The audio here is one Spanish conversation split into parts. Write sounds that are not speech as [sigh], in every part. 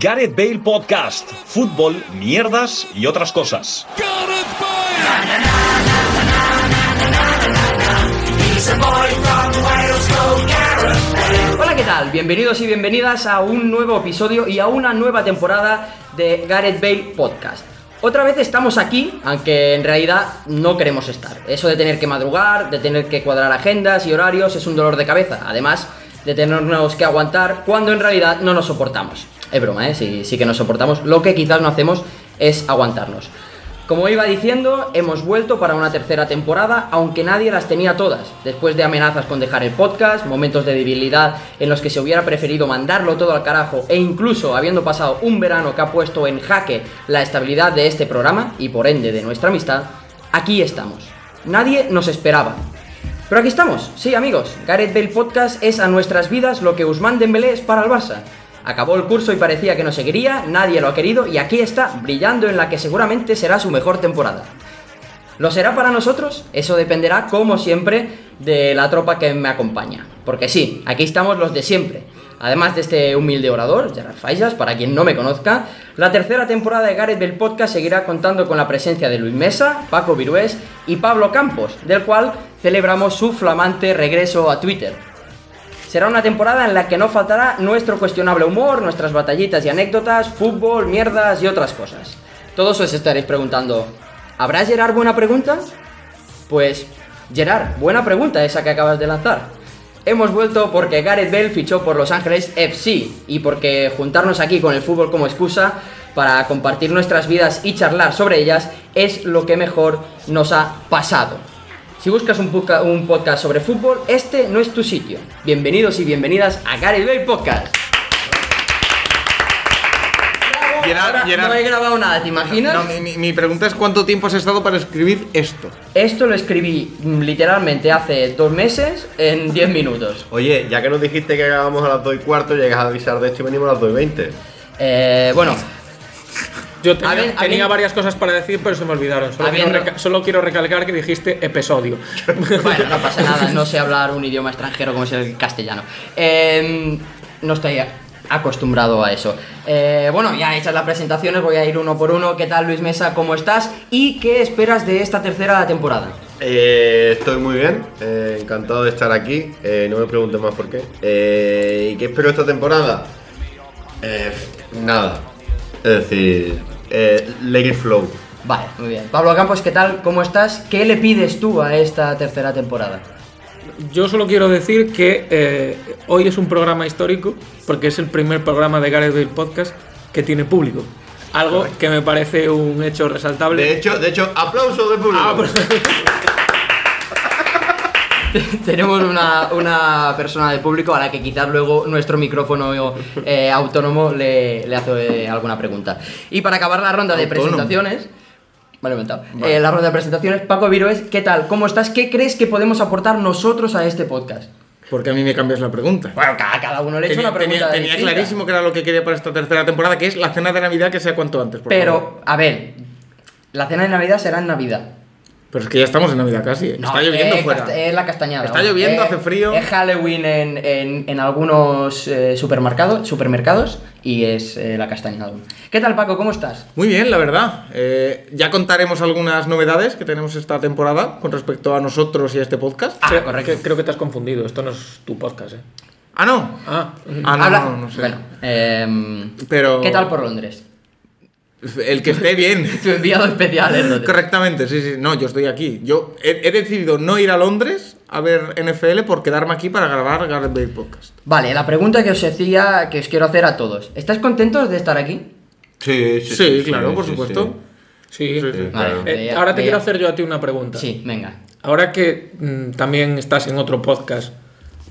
Gareth Bale Podcast, fútbol, mierdas y otras cosas. Hola, ¿qué tal? Bienvenidos y bienvenidas a un nuevo episodio y a una nueva temporada de Gareth Bale Podcast. Otra vez estamos aquí, aunque en realidad no queremos estar. Eso de tener que madrugar, de tener que cuadrar agendas y horarios es un dolor de cabeza. Además de tenernos que aguantar cuando en realidad no nos soportamos. Es broma, ¿eh? Sí, sí que nos soportamos. Lo que quizás no hacemos es aguantarnos. Como iba diciendo, hemos vuelto para una tercera temporada, aunque nadie las tenía todas. Después de amenazas con dejar el podcast, momentos de debilidad en los que se hubiera preferido mandarlo todo al carajo e incluso habiendo pasado un verano que ha puesto en jaque la estabilidad de este programa y por ende de nuestra amistad, aquí estamos. Nadie nos esperaba. Pero aquí estamos, sí amigos, Gareth Bale Podcast es a nuestras vidas lo que Usman Dembélé es para el Barça. Acabó el curso y parecía que no seguiría, nadie lo ha querido y aquí está, brillando en la que seguramente será su mejor temporada. ¿Lo será para nosotros? Eso dependerá, como siempre, de la tropa que me acompaña. Porque sí, aquí estamos los de siempre. Además de este humilde orador, Gerard Faisas, para quien no me conozca, la tercera temporada de Gareth Bell Podcast seguirá contando con la presencia de Luis Mesa, Paco Virués y Pablo Campos, del cual celebramos su flamante regreso a Twitter. Será una temporada en la que no faltará nuestro cuestionable humor, nuestras batallitas y anécdotas, fútbol, mierdas y otras cosas. Todos os estaréis preguntando, ¿habrá Gerard buena pregunta? Pues, Gerard, buena pregunta esa que acabas de lanzar. Hemos vuelto porque Gareth Bell fichó por Los Ángeles FC y porque juntarnos aquí con el fútbol como excusa para compartir nuestras vidas y charlar sobre ellas es lo que mejor nos ha pasado. Si buscas un, podca- un podcast sobre fútbol, este no es tu sitio. Bienvenidos y bienvenidas a Gary Bale Podcast. Ahora Gerard, Gerard, No he grabado nada, ¿te imaginas? no, mi, mi- mi pregunta es cuánto tiempo has estado para escribir esto. Esto lo escribí mm, literalmente hace dos meses en 10 minutos. Oye, ya que nos dijiste que acabamos a las 2 y cuarto, llegas a avisar de esto y venimos a las 2 y 20. Eh, bueno, Yo tenía, A ver, a tenía mí- varias cosas para decir, pero se me olvidaron. Solo, A quiero, mí no. reca- solo quiero recalcar que dijiste episodio. [laughs] bueno, no pasa nada, no sé hablar un idioma extranjero como es el castellano. Eh, no estoy acostumbrado a eso. Eh, bueno, ya hechas las presentaciones, voy a ir uno por uno. ¿Qué tal Luis Mesa? ¿Cómo estás? ¿Y qué esperas de esta tercera temporada? Eh, estoy muy bien, eh, encantado de estar aquí. eh, no me preguntes más por qué. Eh, ¿Y qué espero esta temporada? Eh, nada. Es decir, eh, let it flow. Vale, muy bien. Pablo Campos, ¿qué tal? ¿Cómo estás? ¿Qué le pides tú a esta tercera temporada? Yo solo quiero decir que eh, hoy es un programa histórico porque es el primer programa de Gareth Bale Podcast que tiene público. Algo que me parece un hecho resaltable. De hecho, de hecho, aplauso del público. Ah, pues. pero- [laughs] Tenemos una, una persona del público a la que quizás luego nuestro micrófono eh, autónomo le, le hace eh, alguna pregunta. Y para acabar la ronda de Autónomo. presentaciones... Vale, inventado. Eh, la ronda de presentaciones, Paco Viroes, ¿qué tal? ¿Cómo estás? ¿Qué crees que podemos aportar nosotros a este podcast? Porque a mí me cambias la pregunta. Bueno, ca- a cada uno le he hecho tenía, una pregunta tenía- tenía distinta. clarísimo que era lo que quería para esta tercera temporada, que es la cena de Navidad que sea cuanto antes. por favor. Pero, a ver, la cena de Navidad será en Navidad. Pero es que ya estamos en Navidad casi. eh. No, Está lloviendo eh, fuera. casta- Es la castañada. Está vamos. lloviendo, Eh, hace frío. Es Halloween en, en- en algunos eh, supermercado- supermercados y es eh, la castañada. ¿Qué tal, Paco? ¿Cómo estás? Muy bien, la verdad. Eh, ya contaremos algunas novedades que tenemos esta temporada con respecto a nosotros y a este podcast. Ah, creo, correcto. que- creo que te has confundido. Esto no es tu podcast, eh. Ah, no. Ah, Ah, no, Habla- no, no sé. Bueno, em, Pero- ¿qué tal por Londres? [laughs] El que esté bien. Tu enviado especial ¿eh? es [laughs] Londres. Correctamente, sí, sí. No, yo estoy aquí. Yo he, he decidido no ir a Londres a ver NFL por quedarme aquí para grabar Gareth Bale Podcast. Vale, la pregunta que os hacía, que os quiero hacer a todos. ¿Estáis contentos de estar aquí? Eh, Sí, Sí, claro, por supuesto. sí. sí. Vale, Claro. Eh, veía- ahora te veía. quiero hacer yo a ti una pregunta. Sí, venga. Ahora que mm, también estás en otro podcast,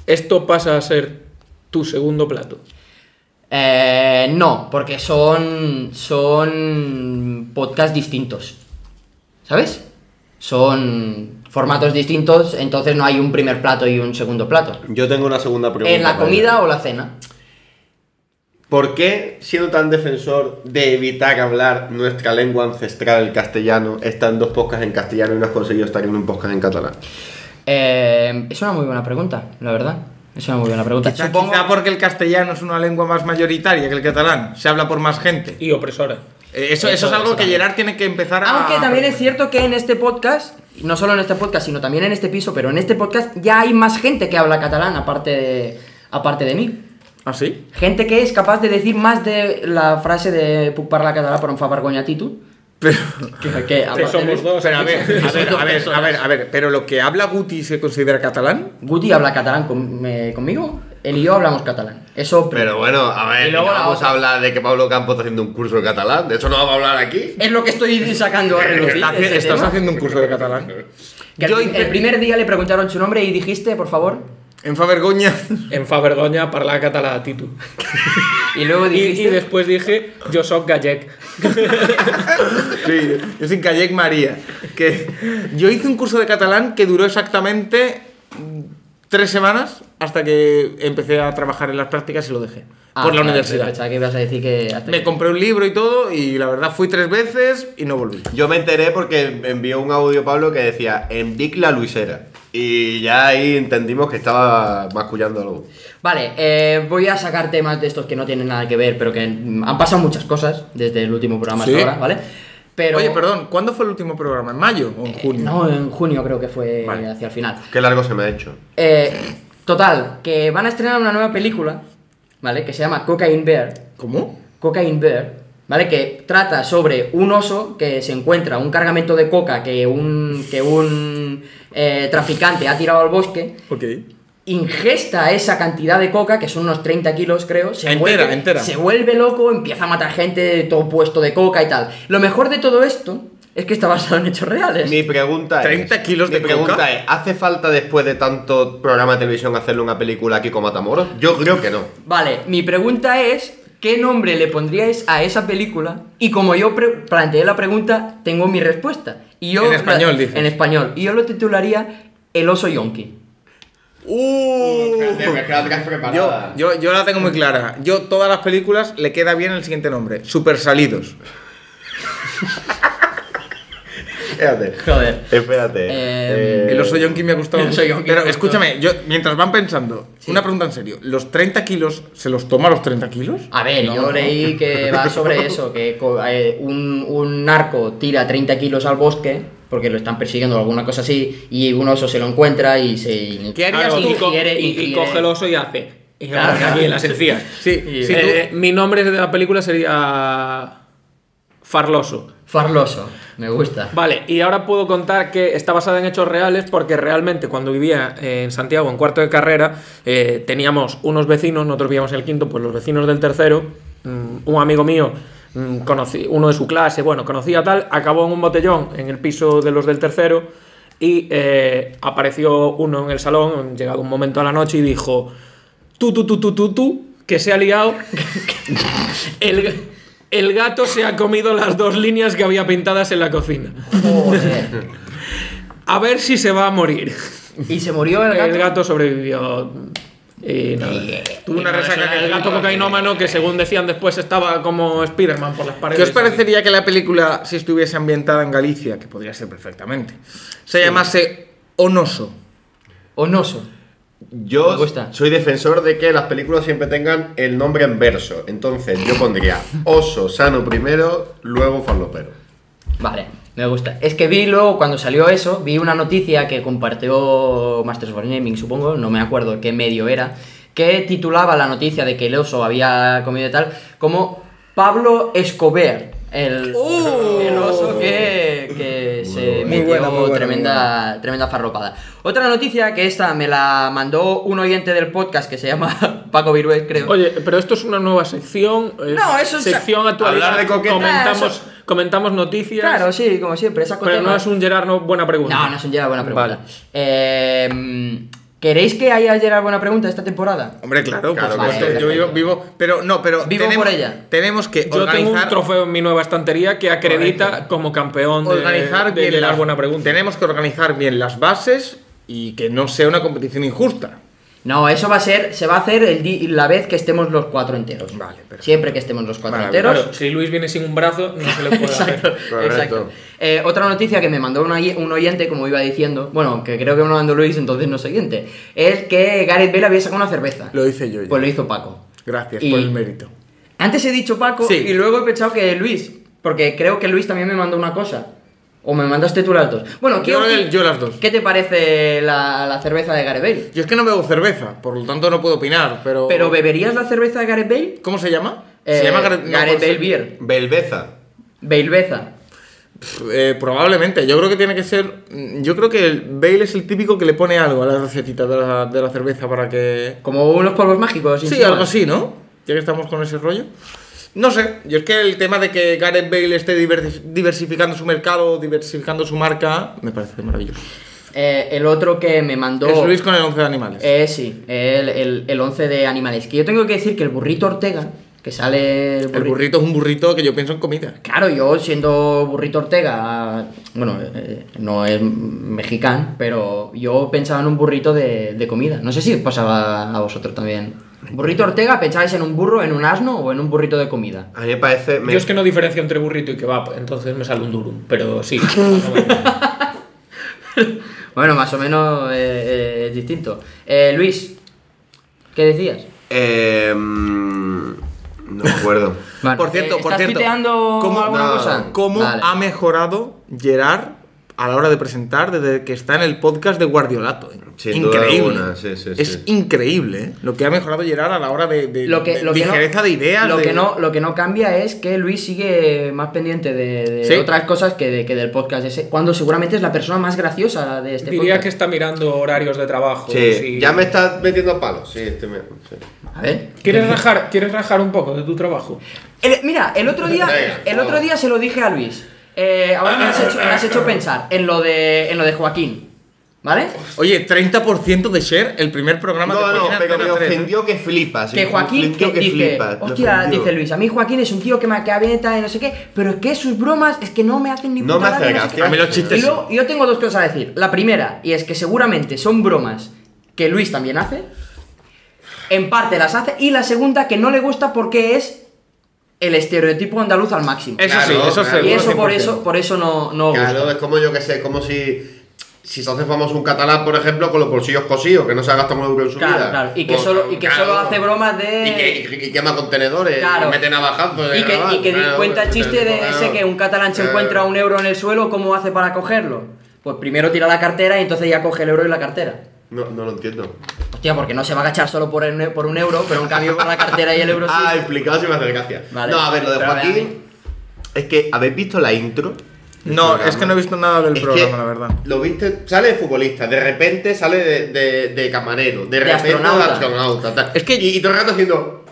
¿esto pasa a ser tu segundo plato? Eh, no, porque son. Son. podcasts distintos. ¿Sabes? Son formatos distintos, entonces no hay un primer plato y un segundo plato. Yo tengo una segunda pregunta. ¿En la para comida o la cena? ¿Por qué, siendo tan defensor de evitar hablar nuestra lengua ancestral, el castellano, están dos podcasts en castellano y no has conseguido estar en un podcast en catalán? Eh, es una muy buena pregunta, la verdad. Esa es muy buena pregunta. Quizá, Supongo- quizá porque el castellano es una lengua más mayoritaria que el catalán. Se habla por más gente. Y opresora. Eh, Eso, eso Eso- es algo eso que también. Gerard tiene que empezar a. Aunque Ah, también es cierto que en este podcast, y no solo en este podcast, sino también en este piso, pero en este podcast ya hay más gente que habla catalán aparte de, aparte de mí. ¿Ah, sí? Gente que es capaz de decir más de la frase de puc parlar català per un fa vergonya a ti, tu. Pero, Que, que aparte somos de- dos. pero a ver, a ver, a ver, a ver, a ver. Pero lo que habla Guti se considera catalán. Guti habla catalán con- me- conmigo, él y yo hablamos catalán. Eso Pero bueno, a ver, Y luego no la vamos otra. a hablar de que Pablo Campos está haciendo un curso de catalán. De eso no vamos a hablar aquí. es lo que estoy sacando a relucir. Está haci- ese estás tema. haciendo un curso de catalán. Que al- Yo el, hice- primer día le preguntaron su nombre y dijiste, por favor. En Favergoña. En fa vergonya parlar català a Titu. Y luego Y, dijiste. y después dije, yo soy gallec. Sí, yo soy Cayec María. Que yo hice un curso de catalán que duró exactamente mm, tres semanas hasta que empecé a trabajar en las prácticas y lo dejé. Ah, por la vale, universidad. Pensaba que ibas a decir que. hasta Me que- compré un libro y todo y la verdad fui tres veces y no volví. Yo me enteré porque envió un audio Pablo que decía en Vic la Luisera. Y ya ahí entendimos que estaba mascullando algo. Vale, eh, voy a sacar temas de estos que no tienen nada que ver, pero que mm, han pasado muchas cosas desde el último programa Sí. hasta ahora, ¿vale? Pero. Oye, perdón, ¿cuándo fue el último programa? ¿En mayo o en eh, junio? No, en junio creo que fue Vale. hacia el final. Qué largo se me ha hecho. Eh, total, que van a estrenar una nueva película, ¿vale? Que se llama Cocaine Bear. ¿Cómo? Cocaine Bear, ¿vale? Que trata sobre un oso que se encuentra un cargamento de coca que un, que un eh, traficante ha tirado al bosque, Ok. ingesta esa cantidad de coca, que son unos 30 kilos creo, se, Entera, vuelve, entera. se vuelve loco, empieza a matar gente de todo puesto de coca y tal. Lo mejor de todo esto es que está basado en hechos reales. Mi pregunta es. 30 kilos mi de pregunta coca. es: ¿hace falta después de tanto programa de televisión hacerle una película aquí con Matamoros? Yo creo que no. Vale, mi pregunta es, ¿qué nombre le pondríais a esa película? Y como yo pre- planteé la pregunta, tengo mi respuesta. Y yo En la- español, dices. En español. Y yo lo titularía El oso yonki. ¡Uh! Yo, yo, yo la tengo muy clara. Yo todas las películas le queda bien el siguiente nombre. Super salidos. Espérate. Joder. Espérate. Eh, Eh, El oso yonki me ha gustado el oso mucho. yonki me Pero gustó. escúchame, yo, mientras van pensando, una pregunta en serio. ¿Los 30 kilos se los toma a los 30 kilos? A ver, yo leí que va sobre eso, que co- eh, un, un narco tira 30 kilos al bosque porque lo están persiguiendo o alguna cosa así y un oso se lo encuentra y se... ¿Qué harías Claro, tú? y, co- ingiere- y- y ingiere- coge el oso y hace. Y Claro, arranca aquí las encías. Sí, [laughs] Y- sí, Eh, mi nombre de la película sería. Farloso. Farloso, me gusta. Vale, y ahora puedo contar que está basada en hechos reales porque realmente cuando vivía eh, en Santiago en cuarto de carrera eh, teníamos unos vecinos, nosotros vivíamos en el quinto, pues los vecinos del tercero, mm, un amigo mío, mm, conocí, uno de su clase, bueno, conocía tal, acabó en un botellón en el piso de los del tercero y eh, apareció uno en el salón, llegado un momento a la noche y dijo, tú, tú, tú, tú, tú, tú, que se ha liado. [laughs] El, el gato se ha comido las dos líneas que había pintadas en la cocina. Joder. A ver si se va a morir. ¿Y se murió el gato? El gato sobrevivió. Y nada. Tuvo una resaca que el gato cocainómano que según decían después estaba como Spiderman por las paredes. ¿Qué os parecería que la película, si estuviese ambientada en Galicia, que podría ser perfectamente, se llamase Onoso? Onoso. Yo Me gusta. soy defensor de que las películas siempre tengan el nombre en verso. Entonces yo pondría oso sano primero, luego falopero. Vale, me gusta. Es que vi luego, cuando salió eso, vi una noticia que compartió Masters of Naming, supongo, no me acuerdo qué medio era, que titulaba la noticia de que el oso había comido y tal, como Pablo Escobar, el, ¡Oh! el oso que, que se Muy metió buena, muy buena, tremenda, tremenda farropada. Otra noticia que esta me la mandó un oyente del podcast que se llama [laughs] Paco Virués, creo. Oye, pero esto es una nueva sección. eh, No, eso es- Sección actualidad. Hablar de coquetas. comentamos, comentamos noticias. Claro, sí, como siempre, saco pero no temas. es un Gerardo buena pregunta. No, no es un Gerard Buena Pregunta. Vale. Eh, ¿Queréis que haya Gerard Buena Pregunta esta temporada? Hombre, claro, Claro, por supuesto. vale, yo vivo, perfecto. vivo, pero no, pero Vivo tenemos, por ella. tenemos que Yo tengo un organizar, trofeo en mi nueva estantería que acredita como campeón de, organizar de bien Gerard las- buena pregunta. Tenemos que organizar bien las bases y que no sea una competición injusta. No, eso va a ser, se va a hacer el di- la vez que estemos los cuatro enteros. Vale, pero... Siempre que estemos los cuatro Vale, enteros. [laughs] Claro, si Luis viene sin un brazo, no se le puede Exacto, hacer. Correcto. exacto. Eh, otra noticia que me mandó una- un oyente, como iba diciendo, bueno, que creo que me lo mandó Luis, entonces no es oyente, es que Gareth Bale había sacado una cerveza. Lo hice yo ya. Pues lo hizo Paco. Gracias Y- por el mérito. Antes he dicho Paco Sí. y luego he pensado que Luis, porque creo que Luis también me mandó una cosa. O me mandaste tú las dos. Bueno, ¿qué, Yo el- yo las dos. ¿qué te parece la, la cerveza de Gareth Bale? Yo es que no bebo cerveza, por lo tanto no puedo opinar, pero. ¿Pero beberías la cerveza de Gareth Bale? ¿Cómo se llama? Eh, se llama Gar- no, pues Gareth por- Bale Beer. Belbeza. Balebeza. Pff, eh, probablemente, yo creo que tiene que ser. mm, Yo creo que el Bale es el típico que le pone algo a la recetita de la, de la cerveza para que. Como unos polvos mágicos. Sí, insinúas. algo así, ¿no? Ya que estamos con ese rollo. No sé, yo es que el tema de que Gareth Bale esté diver- diversificando su mercado, diversificando su marca, me parece maravilloso. Eh, el otro que me mandó... Es Luis con el 11 de animales. Eh, sí, el, el, el 11 de animales. Que yo tengo que decir que el burrito Ortega, que sale... el burrito es un burrito que yo pienso en comida. Claro, yo siendo burrito Ortega, bueno, eh, no es mexicano, pero yo pensaba en un burrito de, de comida. No sé si os pasaba a vosotros también. Burrito Ortega, ¿pensáis en un burro, en un asno o en un burrito de comida? A mí me parece. me- Yo es que no diferencio entre burrito y kebab, entonces me sale un durum. [laughs] Pero sí. más o pues menos. Bueno, más o menos eh, eh, es distinto. Eh, Luis, ¿qué decías? Eh, mm, no [laughs] me acuerdo. Vale. Por cierto, Eh, por ¿estás cierto, tuiteando ¿cómo- alguna no, cosa? ¿Cómo Vale. ha mejorado Gerard a la hora de presentar desde que está en el podcast de Guardiolato? eh? Sin duda increíble. alguna, sí, sí, es sí. increíble eh, lo que ha mejorado Gerard a la hora de, de, lo que, de lo que no- ligereza de ideas. Lo, de- que no, lo que no cambia es que Luis sigue más pendiente de, de Sí. otras cosas que, de- que del podcast ese, cuando seguramente es la persona más graciosa de este Diría que podcast. está mirando horarios de trabajo. Sí, si- ya me estás metiendo a palos. Sí, estoy me- sí. A ver. [laughs] ¿Quieres rajar, ¿Quieres rajar un poco de tu trabajo? El- mira, el otro día, Venga, el vamos. otro día se lo dije a Luis. Eh, ahora me has, hecho, me has hecho pensar en lo de, en lo de Joaquín. ¿Vale? Oye, 30% de share el primer programa No, de no, Joaquín pero me Antena 3. ofendió que flipas. que me Joaquín ofendió que que dice, flipas, me hostia, ofendió. dice Luis, a mí Joaquín es un tío que me acabeta y no sé qué, pero es que sus bromas es que no me hacen ni No puta me hace gracia, gracia. qué". A mí los chistes Y luego, yo tengo dos cosas a decir. La primera, y es que seguramente son bromas que Luis también hace, en parte las hace, y la segunda, que no le gusta porque es el estereotipo andaluz al máximo. Eso sí, Claro, eso claro. seguro, y eso por 100%. eso, por eso no, no Claro, gusta. es como yo que sé, como si. Si se hace famoso un catalán, por ejemplo, con los bolsillos cosidos, que no se ha gastado un euro en su Claro, vida. claro, y que Pues, solo- y que solo hace bromas de- Y que, y que quema contenedores, Eh, Claro. y mete navajazos. Y que, y que di cuenta el chiste de ese que un catalán Eh, se encuentra un euro en el suelo, ¿cómo hace para cogerlo? Pues primero tira la cartera y entonces ya coge el euro y la cartera. No, no lo entiendo. Hostia, porque no se va a agachar solo por, el- por un euro, pero un cambio por la cartera y el euro sí. Ah, explicado si me hace gracia. Vale. No, a ver, lo de Pero a ver, a Joaquín. Es que, ¿habéis visto la intro? del No, Este programa? es que no he visto nada del Es programa, que la verdad. Lo viste, sale de futbolista, de repente sale de, de- de camarero, de, repente astronauta. de astronauta. tal. Es que- y, y todo el rato haciendo.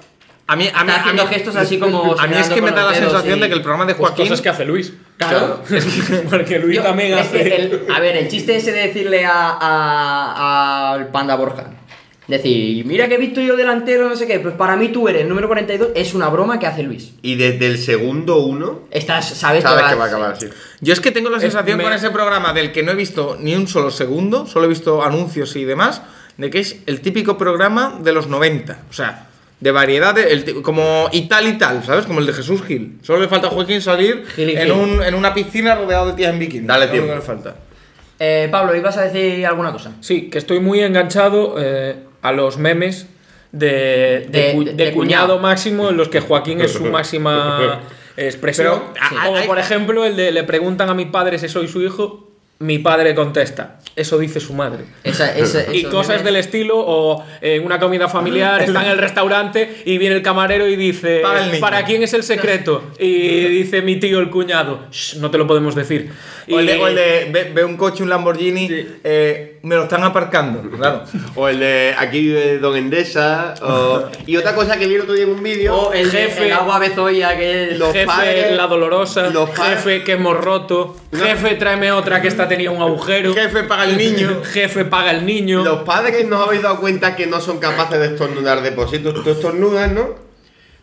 A mí, a mí, Está haciendo a mí- gestos así como A mí es que me señalando con da la los dedos sensación y- de que el programa de Pues Joaquín. cosas que hace Luis. Claro. [laughs] Porque Luis Yo- también es que hace. el- a ver, el chiste ese de decirle a- a- al panda Borja. Decir, mira que he visto yo delantero, no sé qué, pues para mí tú eres el número 42, es una broma que hace Luis. Y desde el segundo uno, Estás, sabes, sabes que va a acabar así. Yo es que tengo la Es- sensación me- con ese programa del que no he visto ni un solo segundo, solo he visto anuncios y demás, de que es el típico programa de los 90. O sea, de variedad, de- el ti- como y tal y tal, ¿sabes? Como el de Jesús Gil. Solo le falta a Joaquín salir Gil y en, Gil. un- en una piscina rodeado de tías en bikini. Dale Es lo único tiempo. que le falta. Eh, Pablo, ¿ibas a decir alguna cosa? Sí, que estoy muy enganchado eh, a los memes de, de, De- cu- de- de de cuñado cuñado. máximo en los que Joaquín es [laughs] su máxima expresión. Ah, Pero, a- a- Como hay- por ejemplo el de le preguntan a mi padre si soy su hijo, mi padre contesta, eso dice su madre. Esa- esa- Y esos cosas memes. del estilo, o en una [laughs] comida familiar, está en el restaurante y viene el camarero y dice, Para el niño. ¿para quién es [laughs] el secreto? Y dice mi tío el cuñado, "Shh, no te lo podemos decir. O el de, Y- o el de ve, ve un coche, un Lamborghini, eh, me lo están aparcando, claro. O el de aquí vive Don Endesa. o- Y otra cosa que vi Oh, el otro día en un vídeo. O el Jefe. jefe. El agua bezoya que es- Los jefe, padres- la dolorosa, los padres- jefe que hemos roto, jefe tráeme otra que esta tenía un agujero, Jefe, paga el niño. jefe paga el [laughs] niño. Los padres no os habéis dado cuenta que no son capaces de estornudar depósitos. Tú estornudas, ¿no?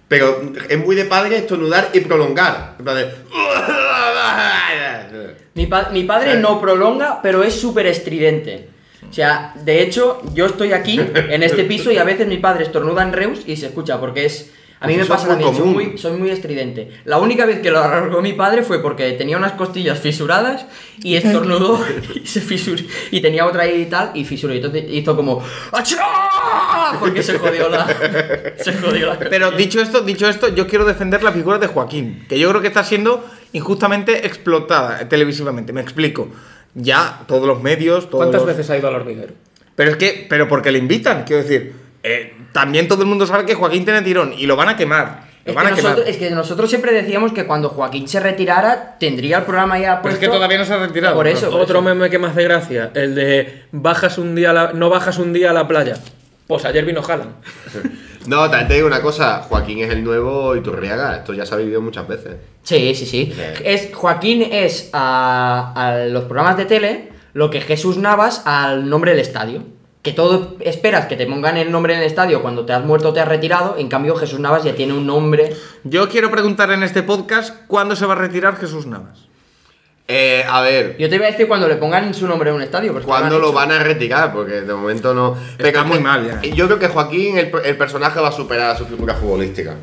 Pero es muy de padre estornudar y prolongar. En plan de- [laughs] Mi, pa- mi padre no prolonga, pero es súper estridente. O sea, de hecho, yo estoy aquí, en este piso, y a veces mi padre estornuda en Reus y se escucha, porque es. A mí Pues me eso es pasa también, muy soy común. muy, soy muy estridente. La única vez que lo arrancó mi padre fue porque tenía unas costillas fisuradas y estornudó [laughs] y se fisuró. Y tenía otra ahí y tal, y fisuró. Y entonces hizo como. ¡Achá! Porque se jodió la. Se jodió la. Pero dicho esto, dicho esto, yo quiero defender la figura de Joaquín, que yo creo que está siendo injustamente explotada eh, televisivamente. Me explico. Ya todos los medios, todos ¿Cuántas los- veces ha ido al hormiguero? Pero es que, pero porque le invitan, quiero decir. eh, también todo el mundo sabe que Joaquín tiene tirón y lo van a quemar. Es Lo que, van a quemar. nosotros, es que nosotros siempre decíamos que cuando Joaquín se retirara tendría el programa ya Pero puesto. es que todavía no se ha retirado. Por eso. Otro meme que me hace gracia, el de bajas un día a la- no bajas un día a la playa. Pues ayer vino Haaland. No, también te digo una cosa, Joaquín es el nuevo Iturriaga, esto ya se ha vivido muchas veces. Sí, sí, sí. Es, Joaquín es a, a los programas de tele lo que Jesús Navas al nombre del estadio. Que todo esperas que te pongan el nombre del estadio cuando te has muerto o te has retirado. En cambio, Jesús Navas ya tiene un nombre. Yo quiero preguntar en este podcast cuándo se va a retirar Jesús Navas. Eh, a ver, Yo te voy a decir cuando le pongan su nombre a un estadio. porque ¿Cuándo lo hecho. van a retirar? Porque de momento no. muy mal ya. Yo creo que Joaquín, el, el personaje, va a superar a su figura futbolística.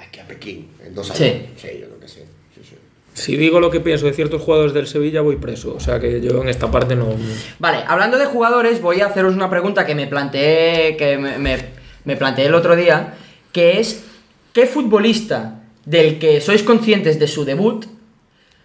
Aquí a Pekín, en dos años. Sí. yo creo que sí. Sí, sí. Si digo lo que pienso de ciertos jugadores del Sevilla, voy preso. O sea que yo en esta parte no. Vale, hablando de jugadores, voy a haceros una pregunta que me planteé, que me, me- me planteé el otro día, que es ¿qué futbolista del que sois conscientes de su debut,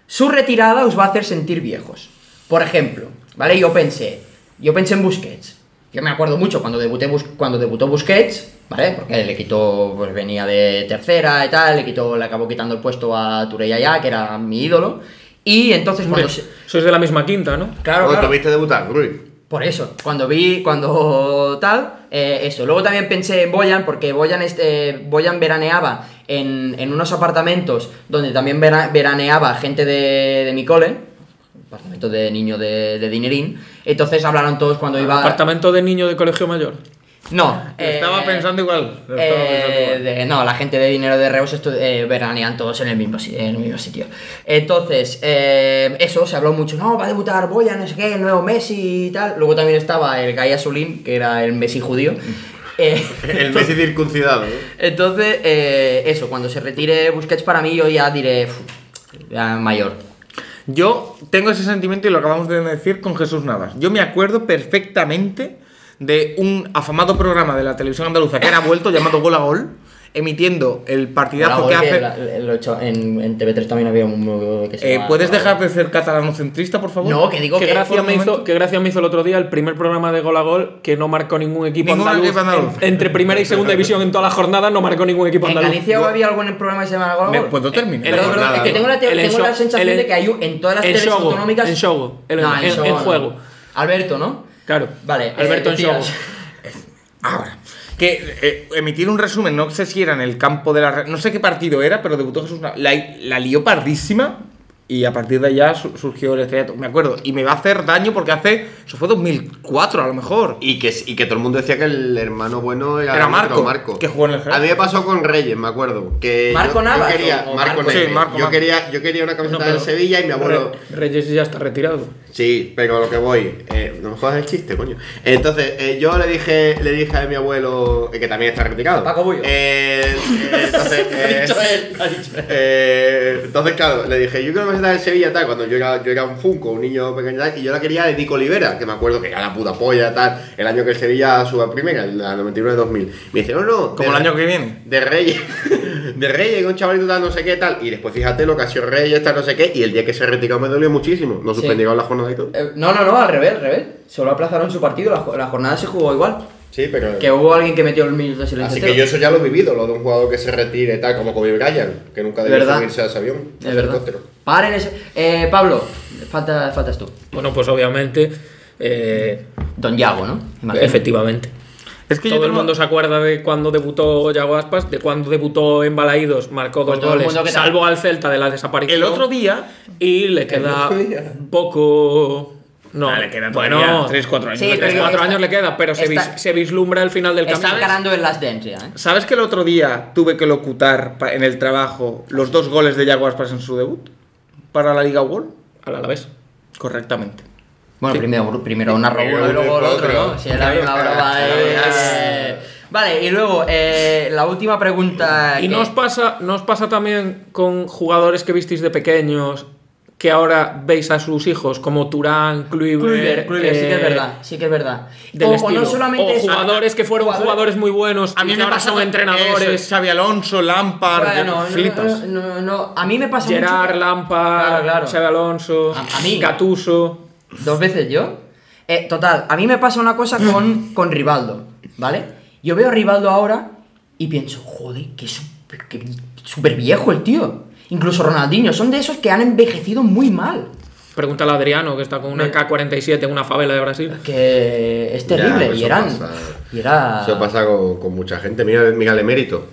su retirada os va a hacer sentir viejos? Por ejemplo, ¿vale? Yo pensé, yo pensé en Busquets. Yo me acuerdo mucho cuando, debuté Bus- cuando debutó Busquets, ¿vale? Porque le quitó, pues venía de tercera y tal, le quitó, le acabó quitando el puesto a Turella ya, que era mi ídolo. Y entonces cuando se- Sois de la misma quinta, ¿no? Claro, Bueno, claro. tuviste debutar, [laughs] Ruiz. Por eso, cuando vi, cuando [laughs] tal, eh, eso. Luego también pensé en Boyan, porque Boyan, este, Boyan veraneaba en, en unos apartamentos donde también vera- veraneaba gente de, de mi cole, apartamento de niño de, de dinerín. Entonces hablaron todos cuando iba. Apartamento de niño de colegio mayor. No, eh, Estaba pensando igual. estaba eh, pensando igual. de- no, la gente de dinero de Reus estu- eh, veranean todos en el mismo, si- en el mismo sitio. Entonces, eh, eso, se habló mucho. No, va a debutar Boyan, no sé qué, el nuevo Messi y tal. Luego también estaba el Gaia Zulín, que era el Messi Mm. judío. Eh, [laughs] El Messi circuncidado. ¿eh? entonces, eh, eso, cuando se retire Busquets para mí, yo ya diré, "Fu, ya mayor. Yo tengo ese sentimiento y lo acabamos de decir con Jesús Navas. Yo me acuerdo perfectamente de un afamado programa de la televisión andaluza que era vuelto llamado Gol a Gol, emitiendo el partidazo Ahora, que hoy que hace. la- lo he hecho- en, en TV3 también había un... que se Eh, llamaba- ¿Puedes dejar de ser catalanocentrista, por favor? No, que digo Qué que... gracia, por me hizo, momento- qué gracia me hizo el otro día el primer programa de gol a gol que no marcó ningún equipo Ningún andaluz. equipo andaluz. En- entre primera y segunda división en toda la jornada no marcó ningún equipo En andaluz. Galicia había algún programa que se llamaba Gol a ¿Me Gol? puedo No, terminar? La pero jornada, es que ¿no? tengo la, te- El tengo la enxo- sensación el- de que hay un- en todas las el teles xogo, autonómicas. el xogo, el- No, el- xogo el no. juego. Alberto, ¿no? Claro. Vale. Alberto eh, en show. decías- Ahora, que eh, emitir un resumen, no sé si era en el campo de la. re- No sé qué partido era, pero debutó Jesús Navas. La, la lió pardísima y a partir de allá su- surgió el estrellato. Me acuerdo, y me va a hacer daño porque hace. Eso fue 2004 a lo mejor. Y que, y que todo el mundo decía que el hermano bueno era, Era el otro Marco, que jugó en el Getafe. A mí me pasó con Reyes, me acuerdo. Que ¿Marco yo, yo Navas quería, o- o Marco Marco? Navas. Sí, Marco, yo, Marco. quería, yo quería una camiseta del Sevilla y mi abuelo. Re- Reyes ya está retirado. Sí, pero lo que voy, eh, no me jodas el chiste, coño. Entonces, eh, yo le dije, le dije a mi abuelo, eh, que también está criticado. Paco Bullo. Eh, eh, [laughs] entonces, eh, eh, entonces, claro, le dije, yo quiero una camiseta de Sevilla, tal, cuando yo era, yo era un junco, un niño pequeño, tal, y yo la quería de Nico Olivera, que me acuerdo que era la puta polla, tal, el año que el Sevilla suba a primera, la 99-2000. Me dice, no, no. Como el de- año que viene. de Reyes, [laughs] de Reyes, que un chavalito tal, no sé qué tal. Y después fíjate lo que ha sido Reyes, tal, no sé qué. Y el día que se retiró me dolió muchísimo. Nos Sí. suspendieron la jornada y todo. eh, No, no, no, al revés, al revés. Solo aplazaron su partido, la, jo- la jornada se jugó igual. Sí, pero. Que hubo alguien que metió el minuto de silencio. Así que entero. yo eso ya lo he vivido, lo de un jugador que se retire tal, como Kobe Bryant, que nunca debió ¿Verdad? subirse a ese avión. a Es ese verdad. helicóptero. Paren ese. Eh, Pablo, falta, faltas tú. Bueno, pues obviamente. eh, Don Yago, ¿no? Imagino. efectivamente. Es que yo todo el tengo- mundo se acuerda de cuando debutó Yago Aspas, de cuando debutó en Balaídos, marcó Pues dos todo el goles, mundo que- salvo al Celta de la desaparición. El otro día. Y le queda poco. No, Ah, le queda bueno, todavía tres, cuatro años. Sí, le pero tres, queda. cuatro está- años le queda, pero se, está- vis- se vislumbra el final del Está camino. encarando en las dance ya, ¿eh? ¿Sabes que el otro día tuve que locutar pa- en el trabajo los dos goles de Jaguars en su debut? Para la Liga World. Al Alavés. Correctamente. Bueno, primero, primero una roba y luego el otro, ¿no? Si era una broma de- Vale, y luego eh, la última pregunta. Y que- nos pasa, nos pasa también con jugadores que visteis de pequeños, que ahora veis a sus hijos, como Turán, Kluivert, Kluivert, Kluivert, sí que es eh, verdad, sí que es verdad. del o, o estilo. no solamente O eso- jugadores que fueron jugadores, muy buenos, A mí y me ahora pasa son con- entrenadores, eso, Xavi Alonso, Lampard, Bueno, no, flipas. no, no, no, a mí me pasa Gerard, mucho- Lampard, Claro, claro. Xabi Alonso, A- a mí. Gattuso. ¿Dos veces yo? Eh, total, a mí me pasa una cosa [laughs] con, con Rivaldo, ¿vale? Yo veo a Rivaldo ahora y pienso, joder, que súper que súper viejo el tío. Incluso Ronaldinho, son de esos que han envejecido muy mal. Pregúntale a Adriano, que está con una Me- K47 en una favela de Brasil. Que es Ya, terrible. eso y eran. pasa. Y era. Eso pasa con, con mucha gente. Mira, mira el emérito.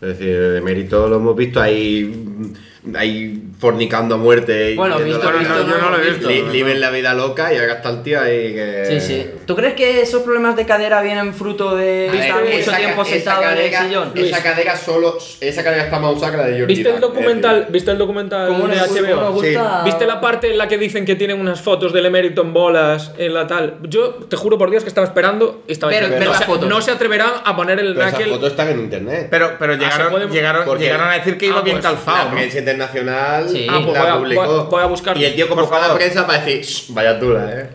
Es decir, el emérito lo hemos visto ahí, mm, ahí fornicando a muerte. y Bueno, viviendo visto, la vida- visto, no, Yo no lo he visto. Li- Viven la vida loca y acá está el tío ahí que... Sí, sí. ¿Tú crees que esos problemas de cadera vienen fruto de A ver, estar mucho esa ca- tiempo esa sentado en el cadera- sillón? Esa cadera solo... Esa cadera está más usada que la de Jordi ¿Viste Dam, el es documental, decir, ¿Viste el documental Como de nos- como nos HBO? gusta- ¿Viste la parte en la que dicen que tienen unas fotos del emérito en bolas, en la tal? Yo te juro por Dios que estaba esperando. Estaba Ver- diciendo, ver no, las se, fotos. no se atreverán a poner el Pero esas Raquel. fotos están en internet. Pero, pero Ah, se llegaron, puede- llegaron, porque- llegaron a decir que Ah, iba bien pues, La calzado. ¿no? prensa internacional Sí. Ah, pues la voy a- publicó. voy a- voy a buscarlo. Y el tío Por convocó a la favor. prensa para decir, "Shh, vaya tula, eh.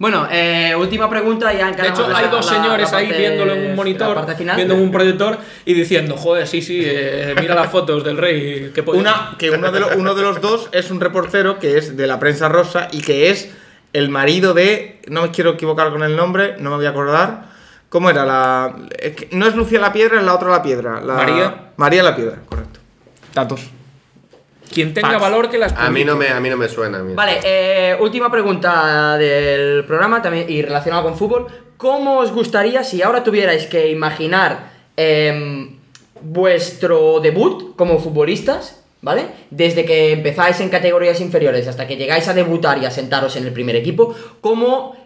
Bueno, eh, última pregunta y ya De hecho, encaramos la- hay dos la- la señores ahí parte- viéndolo en la un monitor, parte final. viendo en un proyector y diciendo, joder, sí, sí, eh, mira las fotos del rey. Que podía". Una, que uno de, lo- uno de los dos es un reportero que es de la prensa rosa y que es el marido de. No me quiero equivocar con el nombre, no me voy a acordar. ¿Cómo era la.? es que no es Lucía la Piedra, es la otra la Piedra. la- María. María la Piedra, correcto. Datos. Quien tenga Fax. valor que las A mí publique. no me, a mí no me suena. mira. Vale, eh, última pregunta del programa también y relacionada con fútbol. ¿Cómo os gustaría si ahora tuvierais que imaginar em, vuestro debut como futbolistas? ¿Vale? Desde que empezáis en categorías inferiores hasta que llegáis a debutar y a sentaros en el primer equipo, ¿cómo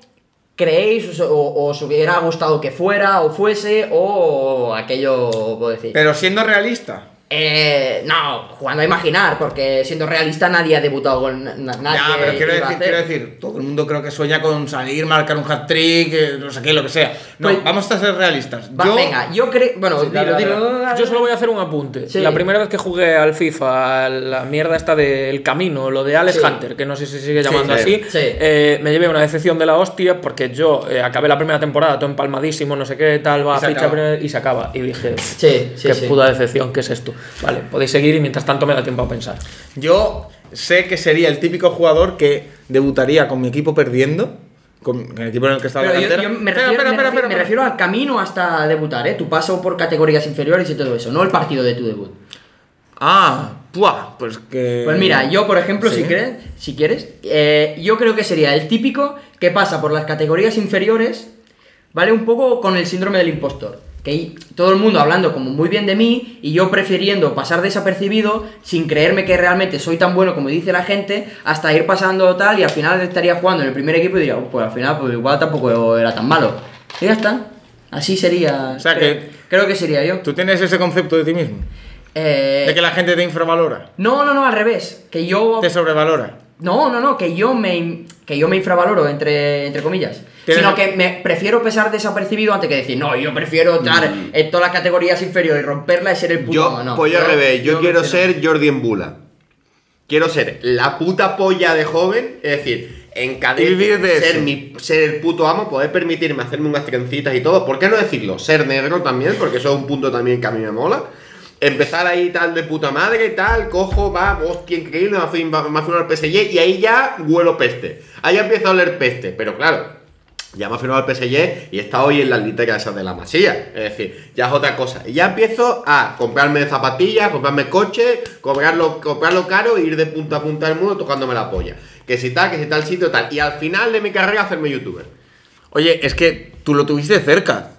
creéis os, o- os hubiera gustado que fuera o fuese o aquello, puedo decir? Pero siendo realista. Eh, no, jugando a imaginar, porque siendo realista nadie ha debutado con na- na- nadie. Ya, pero quiero iba a decir, hacer. quiero decir, todo el mundo creo que sueña con salir, marcar un hat-trick, eh, no sé qué, lo que sea. No, Pues- vamos a ser realistas. Va, Yo- venga, yo creo. Bueno, Sí, dale, dilo, dale, dilo, dale. dale, Yo solo voy a hacer un apunte. Sí. La primera vez que jugué al FIFA, a la mierda esta del camino, lo de Alex Sí. Hunter, que no sé si se sigue llamando sí. así, Sí. eh, me llevé una decepción de la hostia porque yo eh, acabé la primera temporada todo empalmadísimo, no sé qué, tal, va, Y se ficha acaba. primera- y se acaba. Y dije, Sí, sí, qué sí. puta decepción, ¿qué es esto? Vale, podéis seguir y mientras tanto me da tiempo a pensar. Yo sé que sería el típico jugador que debutaría con mi equipo perdiendo, con el equipo en el que estaba Pero la yo- cantera. yo me Espera, refiero, espera, me espera, refiero- me espera. refiero al camino hasta debutar, ¿eh? Tu paso por categorías inferiores y todo eso, no el partido de tu debut. Ah, puah, pues que. Pues mira, yo por ejemplo, si Sí. quieres, si quieres eh, yo creo que sería el típico que pasa por las categorías inferiores, ¿vale? Un poco con el síndrome del impostor. Que ahí todo el mundo hablando como muy bien de mí y yo prefiriendo pasar desapercibido sin creerme que realmente soy tan bueno como dice la gente hasta ir pasando tal y al final estaría jugando en el primer equipo y diría, "Oh, pues al final pues igual tampoco era tan malo. Y ya está. Así sería. O sea creo, que- creo que sería yo. Tú tienes ese concepto de ti mismo, Eh, de que la gente te infravalora, No, no, no, al revés. Que yo te sobrevalora. no, no, no, que yo me, que yo me infravaloro, entre, entre comillas. Tienes- Sino que me prefiero pesar desapercibido antes que decir, no, yo prefiero estar en todas las categorías inferiores, romperla y ser el puto. Mm. Yo, amo". no, pollo al revés, yo, quiero prefiero- ser Jordi Embula. Quiero ser la puta polla de joven, es decir, en cadete, Y vivir de ser, eso. mi- ser el puto amo, poder permitirme hacerme unas trencitas y todo. ¿Por qué no decirlo? Ser negro también, porque eso es un punto también que a mí me mola. Empezar ahí tal de puta madre, tal, cojo, va, hostia, increíble, me fui, me fui al PSG y ahí ya huelo peste. Ahí ya empiezo a oler peste, pero claro, ya me ha firmado el PSG y está hoy en las literas esas de la masilla. Es decir, ya es otra cosa. Y ya empiezo a comprarme zapatillas, comprarme coche, cobrarlo, comprarlo caro e ir de punta a punta del mundo tocándome la polla. Que si tal, que si tal sitio, tal. Y al final de mi carrera hacerme youtuber. Oye, es que tú lo tuviste cerca.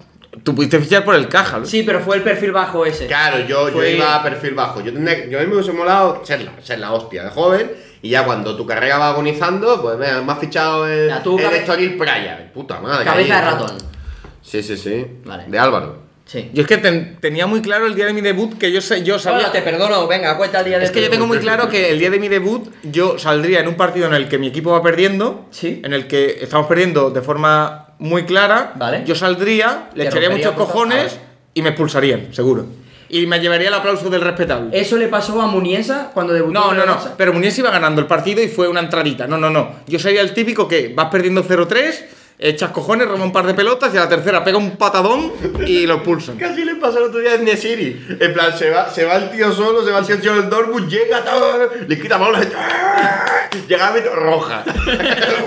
Tú pudiste fichar por el caja. ¿no? Sí, pero fue el perfil bajo ese. Claro, yo, yo Fue- iba a perfil bajo. Yo, tendría, yo a mí me hubiese molado ser la, ser la hostia de joven. Y ya cuando tu carrera va agonizando, pues me, me has fichado en Ya, tú en cabe- Estoril Playa. Puta madre. Cabeza ahí- de ratón. Sí, sí, sí. Vale. De Álvaro. Sí. Yo es que ten- tenía muy claro el día de mi debut que yo, sé, yo sabía. Bueno, te perdono, venga, cuenta el día de Es que yo tu- tengo muy claro que el día de mi debut yo saldría en un partido en el que mi equipo va perdiendo, Sí. en el que estamos perdiendo de forma muy clara, Vale. yo saldría, le Te echaría rompería muchos por- cojones y me expulsarían, seguro. Y me llevaría el aplauso del respetable. ¿Eso le pasó a Muniesa cuando debutó? No, en no, el no. Barça? Pero Muñiz iba ganando el partido y fue una entradita. No, no, no. Yo sería el típico que vas perdiendo 0-3, echas cojones, roba un par de pelotas y a la tercera pega un patadón y lo expulsan. Casi le pasó el otro día en Nesiri. En plan, se va, se va el tío solo, se va el tío solo del Dortmund, llega, ta, le quita bola, ¡ah! llega a ver [laughs] roja.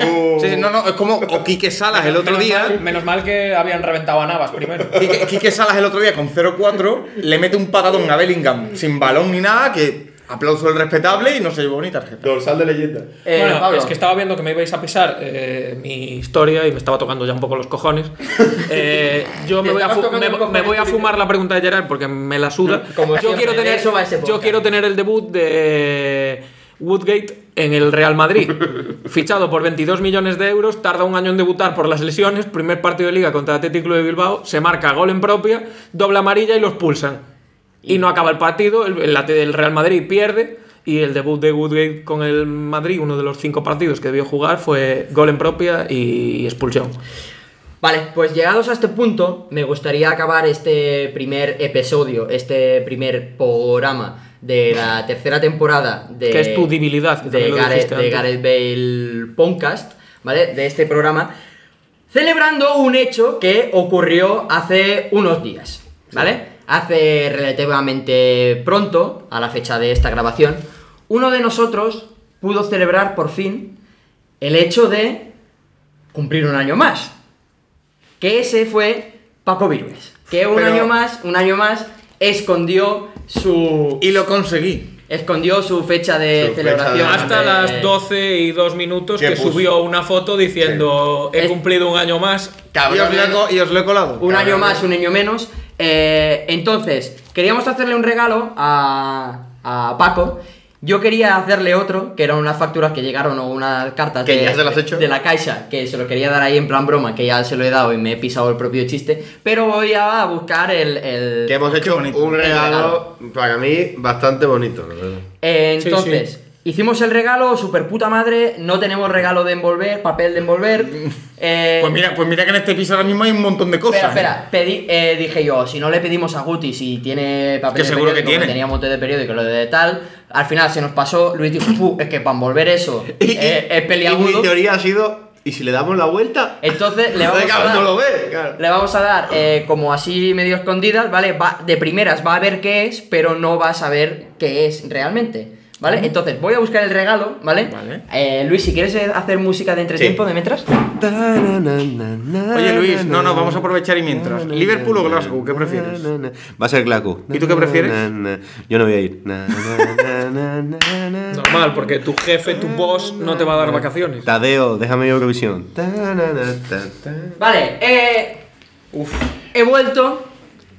Uh. Sí, no, no, es como o Quique Salas Ah, el otro menos Mal, día. menos mal que habían reventado a Navas primero. Quique, Quique Salas el otro día con 0-4 le mete un patadón a Bellingham sin balón ni nada, que aplauso el respetable y no se llevó ni tarjeta. Dorsal de leyenda. Eh, bueno, Pablo. es que estaba viendo que me ibais a pisar eh, mi historia y me estaba tocando ya un poco los [laughs] cojones. Eh, yo me voy, a estabas fu- tocando me- los cojones, me voy a fumar la pregunta de Gerard porque me la suda. [laughs] como yo, siempre, quiero de tener, eso va ese podcast. yo quiero tener el debut de Woodgate en el Real Madrid. Fichado por 22 millones de euros, tarda un año en debutar por las lesiones, primer partido de liga contra el Atlético de Bilbao, se marca gol en propia, doble amarilla y los pulsan. Y no acaba el partido, el, el, AT del Real Madrid pierde y el debut de Woodgate con el Madrid, uno de los cinco partidos que debió jugar, fue gol en propia y expulsión. Vale, pues llegados a este punto, me gustaría acabar este primer episodio, este primer programa de la tercera temporada de... Que es tu debilidad, que de también lo Gareth, dijiste de antes. Gareth Bale Podcast, ¿vale? De este programa, celebrando un hecho que ocurrió hace unos días, ¿vale? Hace relativamente pronto, a la fecha de esta grabación, uno de nosotros pudo celebrar por fin el hecho de cumplir un año más. Que ese fue Paco Virués. Que un Pero- año más, un año más, escondió su. Y lo conseguí. Escondió su fecha de Su fecha de- celebración. Hasta de- las 12 y 2 minutos ¿Qué que puso? subió una foto diciendo Sí. he cumplido un año más. Y os, lo he, co- y os lo he colado. Un año más, un año menos. Eh, entonces, queríamos hacerle un regalo a, a Paco. Yo quería hacerle otro, que eran unas facturas que llegaron o unas cartas Que ya se las he hecho. de la caixa, que se lo quería dar ahí en plan broma, que ya se lo he dado y me he pisado el propio chiste. Pero voy a buscar el. el- Que hemos hecho bonito. un El regalo, para mí bastante bonito. la verdad. Eh, Sí, entonces, hicimos el regalo, super puta madre. No tenemos regalo de envolver, papel de envolver. eh, Pues mira, pues mira que en este piso ahora mismo hay un montón de cosas. Espera, espera, pedí, eh, dije yo, si no le pedimos a Guti si tiene papel Que de seguro que periódico, tiene. tenía un montón de periódico, lo de tal, al final se nos pasó, Luis dijo, "Fu, es que para envolver eso Y- y- eh, es Y mi peliagudo. teoría ha sido, ¿y si le damos la vuelta? Entonces Eh, [laughs] le vamos a Claro, dar, no lo ve, claro. le vamos a dar eh, como así medio escondidas, ¿vale? Va, de primeras va a ver qué es, pero no va a saber qué es realmente. ¿Vale? Entonces voy a buscar el regalo, ¿vale? Vale. Eh, Luis, si quieres eh, hacer música de entretiempo de mientras. Oye Luis, no, no, vamos a aprovechar y mientras. ¿Liverpool o Glasgow? ¿Qué prefieres? Va a ser Glasgow. ¿Y tú qué prefieres? Yo no voy a ir. Normal, porque tu jefe, tu boss, no te va a dar vacaciones. Tadeo, déjame Eurovisión. Vale, eh. He vuelto.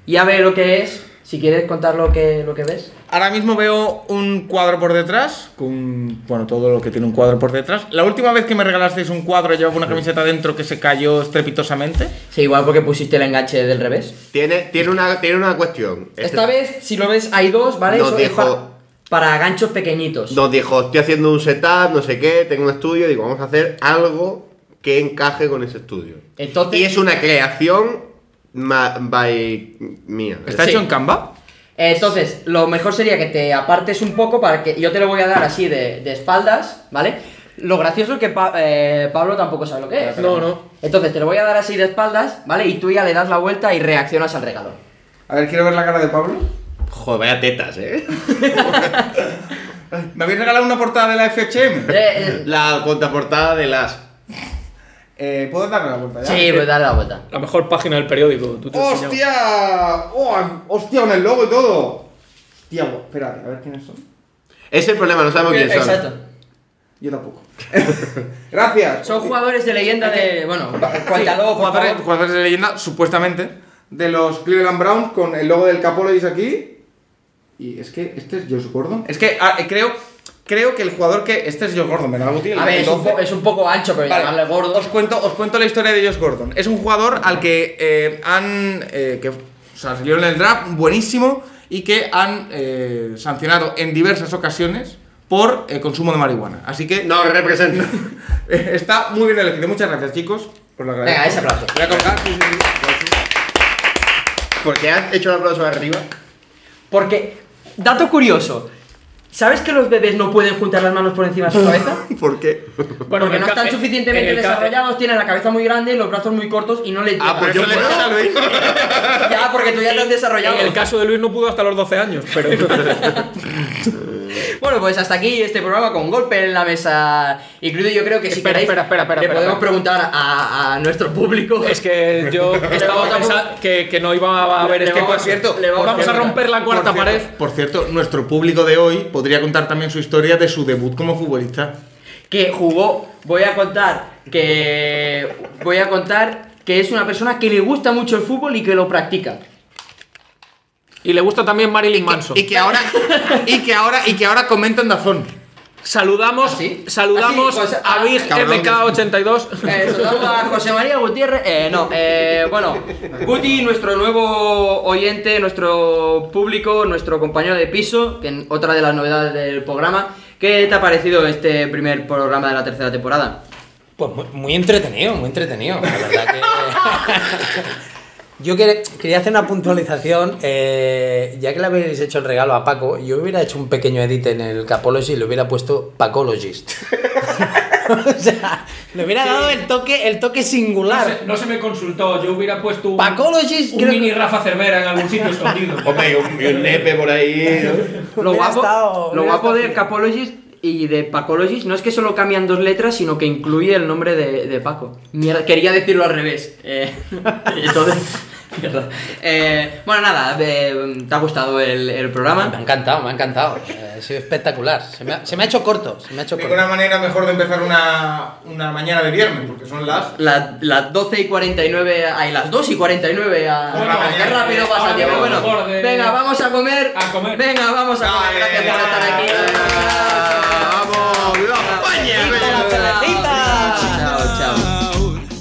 Ya ve lo que es. Si quieres contar lo que, lo que ves. Ahora mismo veo un cuadro por detrás, con bueno, todo lo que tiene un cuadro por detrás. La última vez que me regalasteis un cuadro llevaba una camiseta dentro que se cayó estrepitosamente. Sí, igual porque pusiste el enganche del revés. Tiene, tiene, una, tiene una cuestión. Este- Esta vez, si lo ves, hay dos, ¿vale? Nos Eso es dijo- para, para ganchos pequeñitos. Nos dijo, estoy haciendo un setup, no sé qué, tengo un estudio. Digo, vamos a hacer algo que encaje con ese estudio. Entonces- y es una creación ma- by mía. ¿Está Sí. hecho en Canva? Entonces, lo mejor sería que te apartes un poco para que yo te lo voy a dar así de, de espaldas, ¿vale? Lo gracioso es que Pa- eh, Pablo tampoco sabe lo que es. No, no. Entonces, te lo voy a dar así de espaldas, ¿vale? Y tú ya le das la vuelta y reaccionas al [laughs] regalo. A ver, quiero ver la cara de Pablo. Joder, vaya tetas, ¿eh? ¿Me habéis regalado una portada de la Eh, FHM? eh, La contraportada de las... Eh, ¿Puedo darme la vuelta sí, pues dale la vuelta. La mejor página del periódico. tú te has enseñado. ¡Hostia! ¡Oh, ¡Hostia, con el logo y todo! Hostia, bueno, espérate, a ver quiénes son. Ese es el problema, no sabemos quiénes son. Exacto. Yo tampoco. [laughs] Gracias. Son jugadores de leyenda de. Bueno, cuéntalo, por jugadores, favor. jugadores de leyenda, supuestamente, de los Cleveland Browns con el logo del capo, lo veis aquí. Y es que este es Josh Gordon. Es que ah, eh, creo, creo que el jugador que. Este es Josh Gordon, me lo hago, tío, A el ver, es un, 12. po- es un poco ancho, pero Vale, llamarle gordo. Os cuento, os cuento la historia de Josh Gordon. Es un jugador al que eh, han. eh, que o sea, salieron en el draft buenísimo y que han eh, sancionado en diversas ocasiones por eh, consumo de marihuana. Así que [laughs] eh, No representa. está muy bien elegido. Muchas gracias, chicos. Os lo agradezco. Venga, ese aplauso. Voy a colgar. Sí, sí, sí. Porque has hecho el aplauso arriba. Porque, dato curioso, ¿sabes que los bebés no pueden juntar las manos por encima [laughs] de su cabeza? ¿Por qué? Bueno, en Porque el no ca- están en- suficientemente en el ca- desarrollados, tienen la cabeza muy grande, los brazos muy cortos y no les llega. Ah, pues yo Eso le puedo. toca [laughs] a Luis. ya, porque tú ya te has desarrollado. En el caso de Luis no pudo hasta los 12 años, pero. Bueno, pues hasta aquí este programa con golpe en la mesa. Incluido yo creo que si Espera, queréis espera, espera, espera, le espera, podemos espera. preguntar a, a nuestro público. es que yo estaba pensando que, que no iba a haber Le este vamos- concierto. le vamos- vamos a romper la cuarta Por pared. cierto- Por cierto, nuestro público de hoy podría contar también su historia de su debut como futbolista. que jugó. Voy a contar que voy a contar que es una persona que le gusta mucho el fútbol y que lo practica. Y le gusta también Marilyn Manson. Y que ahora, y que ahora, y que ahora comenta en Dazón. Saludamos, ¿Ah, sí? saludamos Ah, sí, pues, a ah, Big cabrón. MK82. Eh, saludamos a José María Gutiérrez. eh, no, eh, bueno, Guti, nuestro nuevo oyente, nuestro público, nuestro compañero de piso, que en otra de las novedades del programa. ¿Qué te ha parecido este primer programa de la tercera temporada? Pues muy, muy entretenido, muy entretenido. La verdad que. [laughs] Yo quer- quería hacer una puntualización. eh, ya que le habéis hecho el regalo a Paco, yo hubiera hecho un pequeño edit en el Capology y le hubiera puesto Pacologist. [laughs] o sea, le hubiera dado el toque, el toque No singular. se, no se me consultó, yo hubiera puesto un, Pacologist, un creo mini que- Rafa Cervera en algún sitio escondido. Hombre, y un, y un nepe por ahí. ¿no? Lo Hubiera guapo, estado- lo hubiera guapo estado de bien. Capologist y de Pacologist no es que solo cambian dos letras, sino que incluye el nombre de, de Paco. Mierda, quería decirlo al revés. eh, [laughs] entonces, [laughs] mierda. Eh, bueno, nada, eh, ¿te ha gustado el, el Me ha programa? encantado, me ha encantado. Eh, Ha sido espectacular. Se me ha, se me ha hecho corto. Se me ha hecho corto. una manera mejor de empezar una, una mañana de viernes, porque son las. La- Las 12 y 49, ay, las 2 y 49 a, Bueno, a- qué eh, rápido eh, pasa, ahora Diego. lo Bueno, mejor de- venga, vamos a comer. A comer. Venga, vamos a comer. Gracias por estar aquí. ¡Vamos! ¡Viva España! Chao, chao.